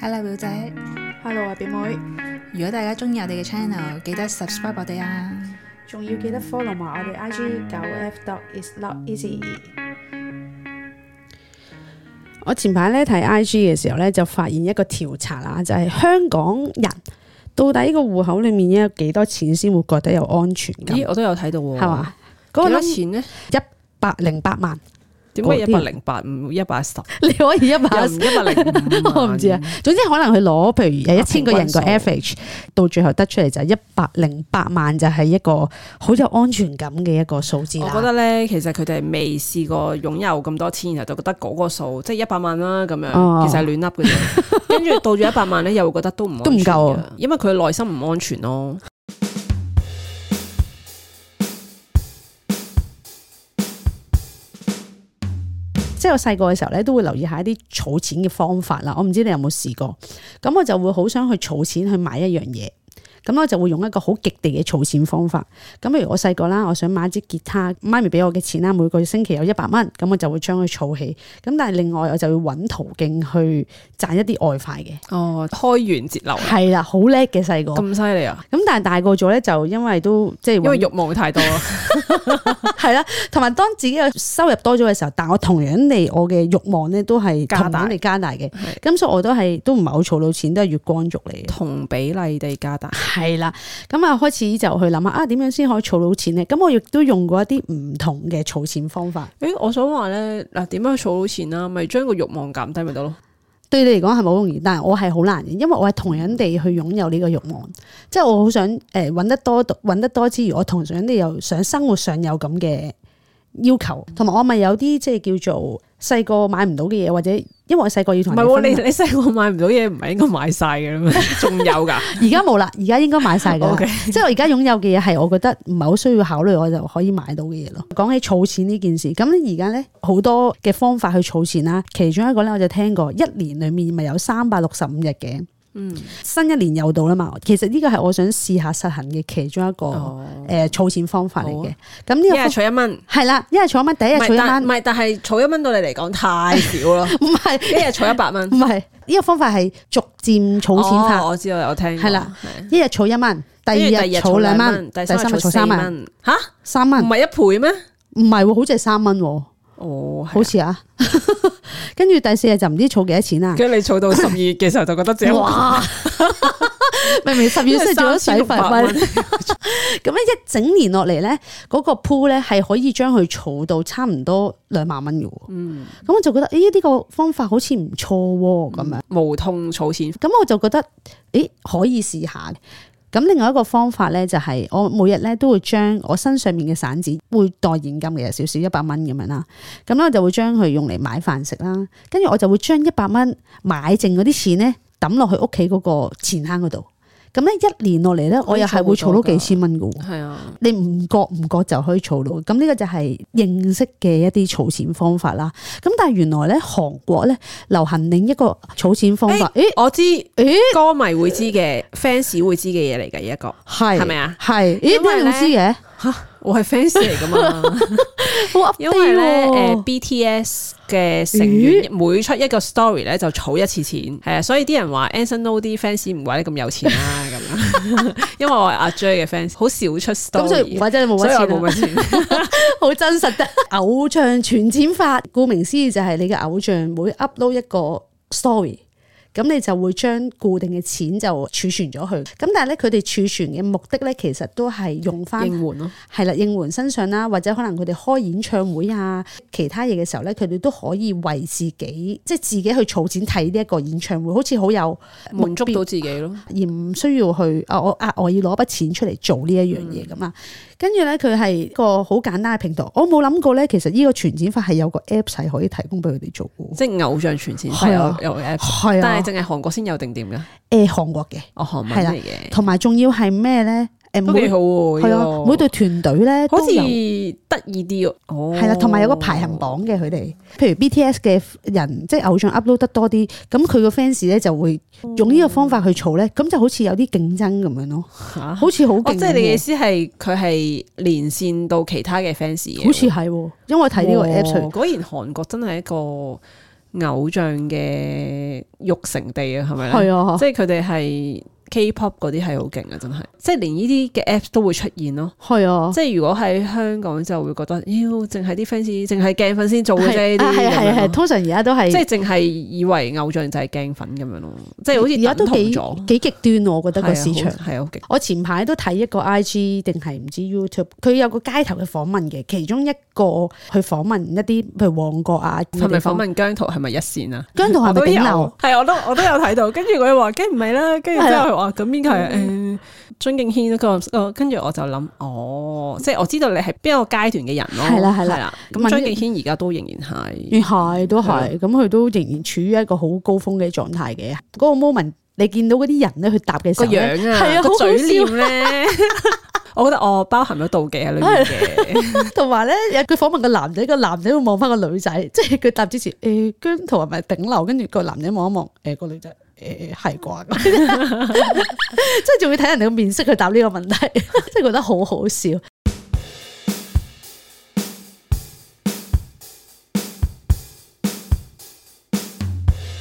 Hello 表姐， Hello 啊，表妹，如果大家中意我哋嘅 channel，記得 subscribe 我哋啊！仲要記得 follow 埋我哋 IG 九 F dot is not easy。我前排咧睇 IG 嘅時候咧，就發現一個調查啦，就係、香港人到底個戶口裡面有幾多錢先會覺得有安全感，咦，我都有睇到喎，係？嘛？嗰嗰、個個粒一錢咧，百零八萬， 點解嗰一百啲零八唔一百十，你可以一 又百唔一百零五？我唔知啊。總之可能佢攞，譬如有一千個人個平均 average，到最後得出嚟就係一百零八萬，就係一個好有安全感嘅一個數字我啦。覺得咧，其實佢哋係未試過擁有咁多錢，然後就覺得嗰個數即係一百萬啦咁樣，哦其實係亂笠嘅啫。 跟住到咗一百萬咧，又會覺得都唔安都唔全夠啊嘅，因為佢內心唔安全咯。即係我細個嘅時候咧，都會留意下一啲儲錢嘅方法啦。我唔知你有冇試過，咁我就會好想去儲錢去買一樣嘢。咁我就會用一個好極地嘅儲錢方法。咁譬如我細個啦，我想買支吉他，媽咪俾我嘅錢啦，每個星期有一百蚊，咁我就會將佢儲起。咁但係另外我就會揾途徑去賺一啲外快嘅。哦，開源節流啊係啦，好叻嘅細個。咁咁犀利啊！但係大個咗咧，就因為都即係因為揾慾望太多啊啦，係啦，同埋當自己嘅收入多咗嘅時候，但我同樣地我嘅慾望咧都係加同大樣地加大嘅，咁所以我都係都唔係好儲到錢，都係月光族嚟嘅。 同比例地加大。係啦，咁啊開始就去諗下啊點樣先可以儲到錢咧？咁我亦都用過一啲唔同嘅儲錢方法。誒，我想話咧，嗱點樣去儲到錢啦？咪將個慾望減低咪得咯。對你嚟講係咪好容易？但係我係好難嘅，因為我係同樣地去擁有呢個慾望，即係我好想誒揾、得多揾得多之餘，我同樣地又想生活上有咁嘅要求，同埋我咪有啲即係叫做細個買唔到嘅嘢，或者因為我細個要唔同係人哋喎，你分享你細個買唔到嘢，唔係應該買晒嘅咩？ 仲 有㗎。而家冇啦，而家應該買晒㗎 啦 OK 即係我而家擁有嘅嘢係我覺得唔係好需要考慮，我就可以買到嘅嘢咯。講起儲錢呢件事，咁而家咧好多嘅方法去儲錢啦，其中一個咧我就聽過，一年裡面咪有三百六十五日嘅。嗯，新一年又到啦嘛，其實呢個係我想試下實行嘅其中一個哦，誒儲錢方法嚟好嘅啊。咁一呢個日方取一蚊，係啦，一日儲一蚊，第一日唔儲係一但唔蚊，係，但係儲一蚊對你嚟講太 少啦，唔係一日儲一百蚊唔。係呢個方法係逐漸儲錢哦法，我知道有聽過。係啦一日儲一蚊，第係，二跟住日儲兩蚊，第第三三日日儲儲三三蚊，蚊。吓，三蚊唔係一倍咩？唔係喎，好似係三蚊喎，哦，好似啊。 跟住第四日就唔知儲幾多錢啦。跟住你儲到十 二月嘅時候，就覺得自己 哇！明明十月先做咗洗費， 3600蚊喂咁咧一整年落嚟咧，嗰、個 pool 咧係可以將佢儲到差唔多兩萬蚊嘅喎。嗯，咁我就覺得，咦呢、個方法好似唔錯喎，咁樣。無痛儲錢。咁我就覺得，咦可以試下。咁另外一個方法咧，就係、我每日咧都會將我身上面嘅散紙會袋現金嘅，有少少一百蚊咁樣啦。咁咧我就會將佢用嚟買飯食啦，跟住我就會將一百蚊買剩嗰啲錢咧抌落去屋企嗰個錢坑嗰度。咁咧一年落嚟咧，我又係會儲到幾千蚊嘅喎。係啊，你唔覺唔覺就可以儲到。咁呢個就係認識嘅一啲儲錢方法啦。咁但係原來咧，韓國咧流行另一個儲錢方法，誒我知誒歌迷會知嘅，fans 會知嘅嘢嚟嘅，一個係係咪啊？係，咦因點為解你會知嘅？我係 fans 嚟噶嘛。好 update 因為呃咧，誒、喎 BTS 嘅成員每出一個 story 咧，就儲一次錢，係啊，所以啲人話 Anson Lo 啲 fans 唔怪你咁有錢啦，咁樣， 因為我係阿 J 嘅 fans，好少出咁所 story，以或者你冇所以我乜錢冇啊乜錢， 好真實嘅偶像存錢法，顧名思義就係你嘅偶像每 upload 一個 story，咁你就會將固定嘅錢就儲存咗佢。咁但係咧，佢哋儲存嘅目的咧，其實都係用翻應援咯，係啦，應援身上啦，或者可能佢哋開演唱會啊，其他嘢嘅時候咧，佢哋都可以為自己即係自己去儲錢睇呢一個演唱會，好似好有目滿足標到自己咯，而唔需要去啊，我額外要攞筆錢出嚟做呢一樣嘢嗯咁啊。跟住咧，佢係個好簡單嘅平台，我冇諗過咧，其實呢個存錢法係有個 app 係可以提供俾佢哋做嘅喎。即係偶像存錢係啊有有 app，係啊但，係淨係韓國先有定點㗎，誒韓國嘅，哦韓文係啦嚟嘅，同埋仲要係咩咧？誒都幾每好喎，係呢啊，個每隊團隊咧好似都有得意啲喎哦，係啦，同埋有個排行榜嘅佢哋，譬如 BTS 嘅人，即係偶像 upload 得多啲，咁佢個 fans 咧就會用呢個方法去儲咧，咁就好似有啲競爭咁樣咯，嚇好似好哦，勁喎。即係你嘅意思係佢係連線到其他嘅 fans 嘅喎，哦好似係喎，因為我睇呢個哇 app 上果然韓國真係一個偶像嘅育成地啊，係咪咧？係啊即係佢哋係 K-pop 嗰啲係好勁啊，真係，即係連呢啲嘅 Apps 都會出現咯。係啊，即係如果喺香港就會覺得，妖，淨係啲 fans，淨係鏡粉先做嘅啫，呢係啊係啲啊咁樣係啊，咯通常而家都係即係淨係以為偶像就係鏡粉咁樣咯，即係好似而家都等同幾咗幾極端喎，我覺得個係啊市場。好係啊好勁，我前排都睇一個 IG 定係唔知 YouTube，佢有個街頭嘅訪問嘅，其中一個去訪問一啲譬如旺角啊，係咪訪訪問問姜濤係咪一線啊？姜濤係咪頂有流？，係我都我都有睇到，跟住佢話，跟住唔係啦，跟住之後係佢話咁邊個係嗯誒張敬軒嗰個，哦跟住我就諗，哦，即係我知道你係邊一個階段嘅人咯，係啦係啦啦，問咁張敬軒而家都仍然係，啊亦係都係，咁佢都仍然處於一個好高峰嘅狀態嘅。嗰、個 moment 你見到嗰啲人咧，佢答嘅時個候咧，樣啊，係啊個好好嘴笑臉咧，我覺得我包含咗妒忌喺裏面嘅， 同埋咧有佢訪問個男仔，個男仔會望翻個女仔， 即係佢答之前，誒、姜濤係咪頂流？跟住個男仔望一望，誒、個女仔。誒係啩， 咁即係仲會睇人哋個面色去答呢個問題， 即係覺得好好笑。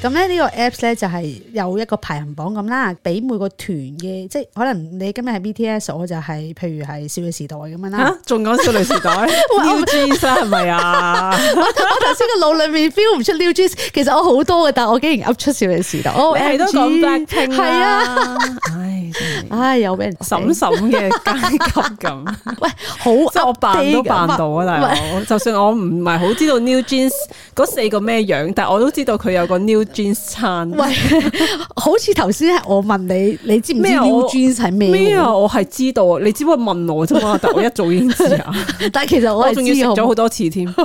咁咧呢個 apps 咧就係有一個排行榜咁啦，俾每個團嘅，即係可能你今日係 BTS，我就係譬如係少女時代咁樣啦。嚇仲講少女時 代，New Jeans 啊係咪啊？我頭先個腦裏面 feel 唔出 New Jeans，其實我好多嘅，但我竟然噏出少女時代。 我你係都講 Blackpink 係啊，啊，唉，真係唉，有俾人嬸嬸嘅階級咁。喂，好即係我扮 update 都㗎扮到啊！大佬，就算我唔係好知道 New Jeans 嗰四個咩樣，但我都知道佢有個 New Jeans 餐。喂， 好似頭先係我問你，你知唔知咩啊 New 我 Jeans 係咩？咩啊？？我係知道啊，你只不過問我啫嘛，但我一早已經知啊，但係其 實我我係仲知啊要食我咗好多次添。你誒，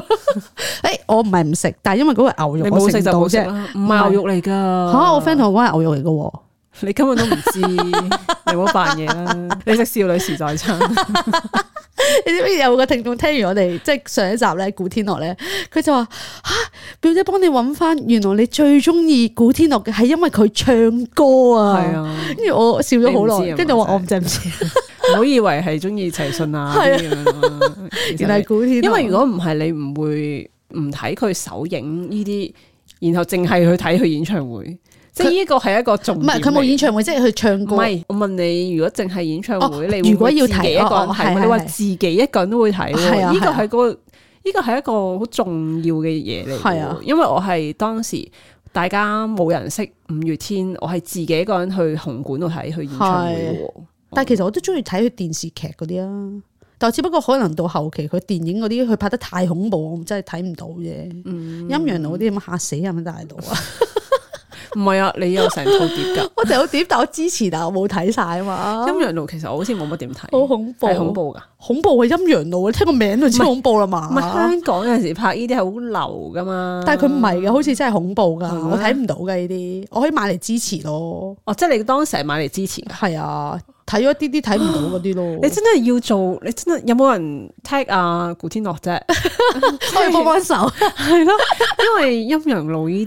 我唔係唔食，但係因為嗰個牛肉冇我食唔就到冇食啫。啦，唔係牛肉嚟噶。嚇！我 friend 同我講係牛肉嚟嘅喎。你根本都唔知，你唔好扮 嘢啦。你食少女時代餐，你知唔知有個聽眾聽完我哋即係上一集咧，古天樂咧，佢就話吓、表姐幫你揾翻，原來你最中意古天樂嘅係因為佢唱歌啊。係啊，跟住我笑咗好你耐，唔知啊嘛跟住我話我唔知唔知，唔好以為係中意齊信啊係啊啲咁樣啦。其實原來你係古天樂。因為如果唔係，你唔會唔睇佢首映呢啲，然後淨係去睇佢演唱會，即係呢個係一個重唔點嚟。係佢冇演唱會，即係佢唱歌唔。係，我問你，如果淨係演唱哦會，你會唔會如果要自己一個睇哦人哦睇，係你話係係自己一個人都會睇係喎，啊呢個係啊係個呢個係一個好重要嘅嘢嚟係喎啊。因為我係當時大家冇人識五月天，我係自己一個人去紅館度睇佢演唱會嘅喎。但係其實我都中意睇佢電視劇嗰啲啊。但係只不過可能到後期佢電影嗰啲，佢拍得太恐怖，我真係睇唔到啫。嗯陰陽路嗰啲咁嚇死人啊大佬啊！唔係啊，你有成套碟 㗎。我就有點，但我支持，但我冇睇晒啊 嘛。陰陽路其實我好似冇乜點睇，好恐怖，啊係恐怖㗎。恐怖啊！陰陽路，你聽個名都知恐怖啦唔係嘛。香港有陣時拍呢啲係好流噶嘛，但係佢唔係嘅，好似真係恐怖噶，係咩我睇唔到嘅呢啲，我可以買嚟支持咯。哦，即係你當時係買嚟支持㗎。係啊，睇咗啲啲睇唔到嗰啲 咯。你真係要做，你真係有冇人 tag 啊古天樂 啫？可以幫幫手，係咯，因為陰陽路呢啲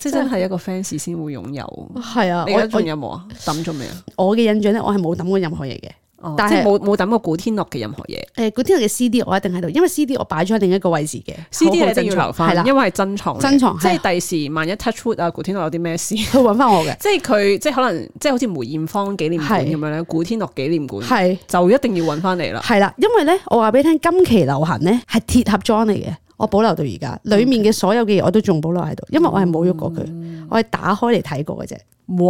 即係真係一個 fans 先會擁有。係啊。你而家仲我有冇啊？抌咗未啊？我我嘅印象咧，我係冇抌過任何嘢嘅。哦但即係係冇冇抌過古天樂嘅任何嘢。誒，古天樂嘅 CD 我一定喺度，因為 CD 我擺咗喺另一個位置嘅 CD 好好你一定珍要藏係留翻，啦，因為係珍藏嚟嘅。珍藏即係係啊第時萬一 touch wood 啊，古天樂有啲咩事， 佢揾翻我嘅，即係佢即係可能即係好似梅艷芳紀念館係咁樣咧，古天樂紀念館係就一定要揾翻嚟啦。係啦。因為咧，我話俾你聽，今期流行咧係鐵盒裝嚟嘅，我保留到而家，嗯裡面嘅所有嘅嘢我都仲保留喺度，因為我係冇喐過佢，我係打開嚟睇過嘅啫。哇！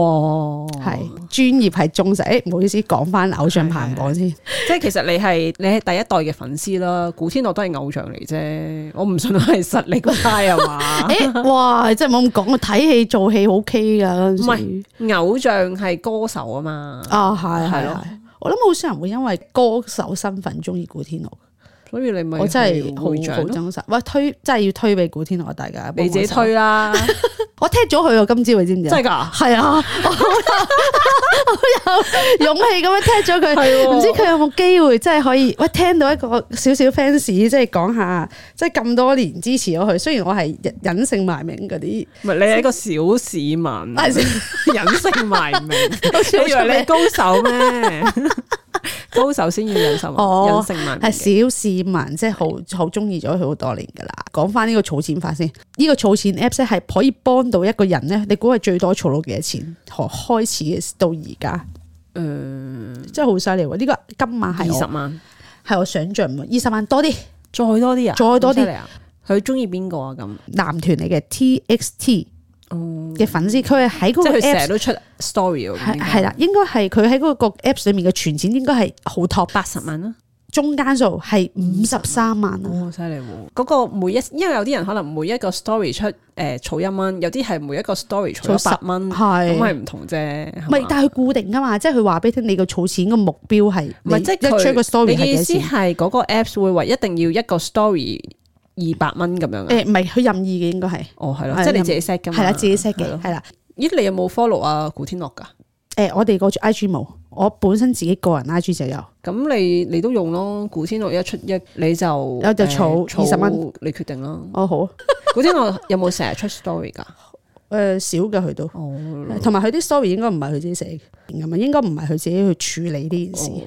係專業係忠實，誒唔好意思，講翻偶像排行榜先，即係其實你係你係第一代嘅粉絲啦，古天樂都係偶像嚟啫，我唔信係實力派啊嘛。誒 哇，真係冇咁講，我睇戲做戲 O K 噶嗰唔陣時係，偶像係歌手啊嘛，啊係係係咯係，我諗好少人會因為歌手身份中意古天樂，所以你咪我真係好會長好咯，真實，喂推真係要推俾古天樂大家，你自己推啦，幫我手，我踢咗佢啊，今朝你知唔知啊真係？㗎，係啊，我好有 好有勇氣咁樣踢咗佢。係喎唔知佢有冇機會，真係可以喂聽到一個少少 fans，即係講下，即係咁多年支持咗佢。雖然我係隱隱姓埋名嗰啲，唔係你係一個小市民，但係隱姓埋名，好似你好以出為你係名。高手咩？高手先要忍受，哦忍性萬變嘅。係小市民，即係好好中意咗佢好多年噶啦。講翻呢個儲錢法先，呢、個儲錢 Apps 咧係可以幫到一個人咧，你估係最多儲到幾多錢？從開始嘅到而家，誒，真係好犀利喎！呢、個金額二係十我萬，係我想象唔到，二十萬多啲。再多啲啊，再多啲咁犀利啊！佢中意邊個啊？咁男團嚟嘅 TXT 嘅粉絲，哦佢係喺嗰個即係佢成日 Apps 都出 story 喎咁係應該係啦，應該係佢喺嗰個 Apps 裏面嘅存錢應該係好 top，八十萬啦，中間數係嗯五十三萬啊！哦，犀利喎！嗰個每一，因為有啲人可能每一個 story 出誒儲一蚊，有啲係每一個 story 儲儲一百蚊，嗯咁係係。唔唔同啫。係係，嘛但係佢固定噶嘛，即係佢話俾你聽，你個儲錢個目標係唔係即係你一佢出個 story 你係嘅幾意多思錢？係嗰個 apps 會話一定要一個 story 二百蚊咁樣啊？誒唔係，佢任意嘅應該係哦，係係咯，即係你自己 set 㗎嘛？係啦，自己 set 係咯嘅係啦。咦，你有冇 follow 啊古天樂㗎？誒，我哋個 I G 冇，我本身自己個人 I G 就有。咁你你都用咯，古天樂一出一你就我就誒儲20蚊，你決定啦。哦好，古天樂有冇成日出 story 㗎？誒呃少嘅佢都，哦，同埋佢啲 story 應該唔係佢自己寫嘅，咁啊應該唔係佢自己去處理呢件事。哦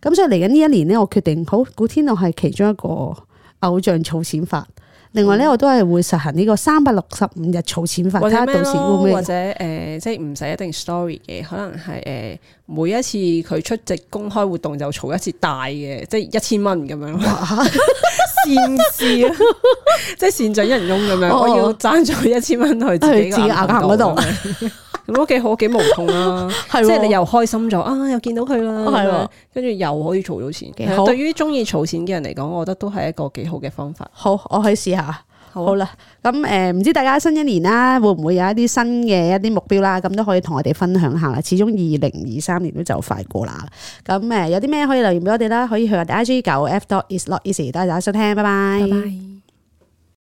咁所以嚟緊呢一年咧，我決定好古天樂係其中一個偶像儲錢法。另外咧，我都係會實行呢個三百六十五日儲錢法，哦或睇者下咩到時會唔咯，會或者誒、呃即係唔使一定 story 嘅，可能係誒、呃每一次佢出席公開活動就儲一次大嘅，即係一千蚊咁樣咯。 善事啊，即係善長人翁咁樣，哦我要爭咗一千蚊去自己去自己個額額頭頭嗰度咁樣，咁都幾好，幾無痛啊！係即喎係你又開心咗啊，又見到佢啦，哦係喎咁樣跟住又可以儲到錢。幾其實好對於中意儲錢嘅人嚟講，我覺得都係一個幾好嘅方法。好，我去試下。好啊好啦，咁誒，呃唔、知大家新一年啦，會唔會有一啲新嘅一啲目標啦？咁都可以同我哋分享下啦。始終二零二三年都就快過啦。咁誒、呃有啲咩可以留言俾我哋啦？可以去我哋 I G 九 F dot is not easy。多謝大家收聽，拜拜拜拜。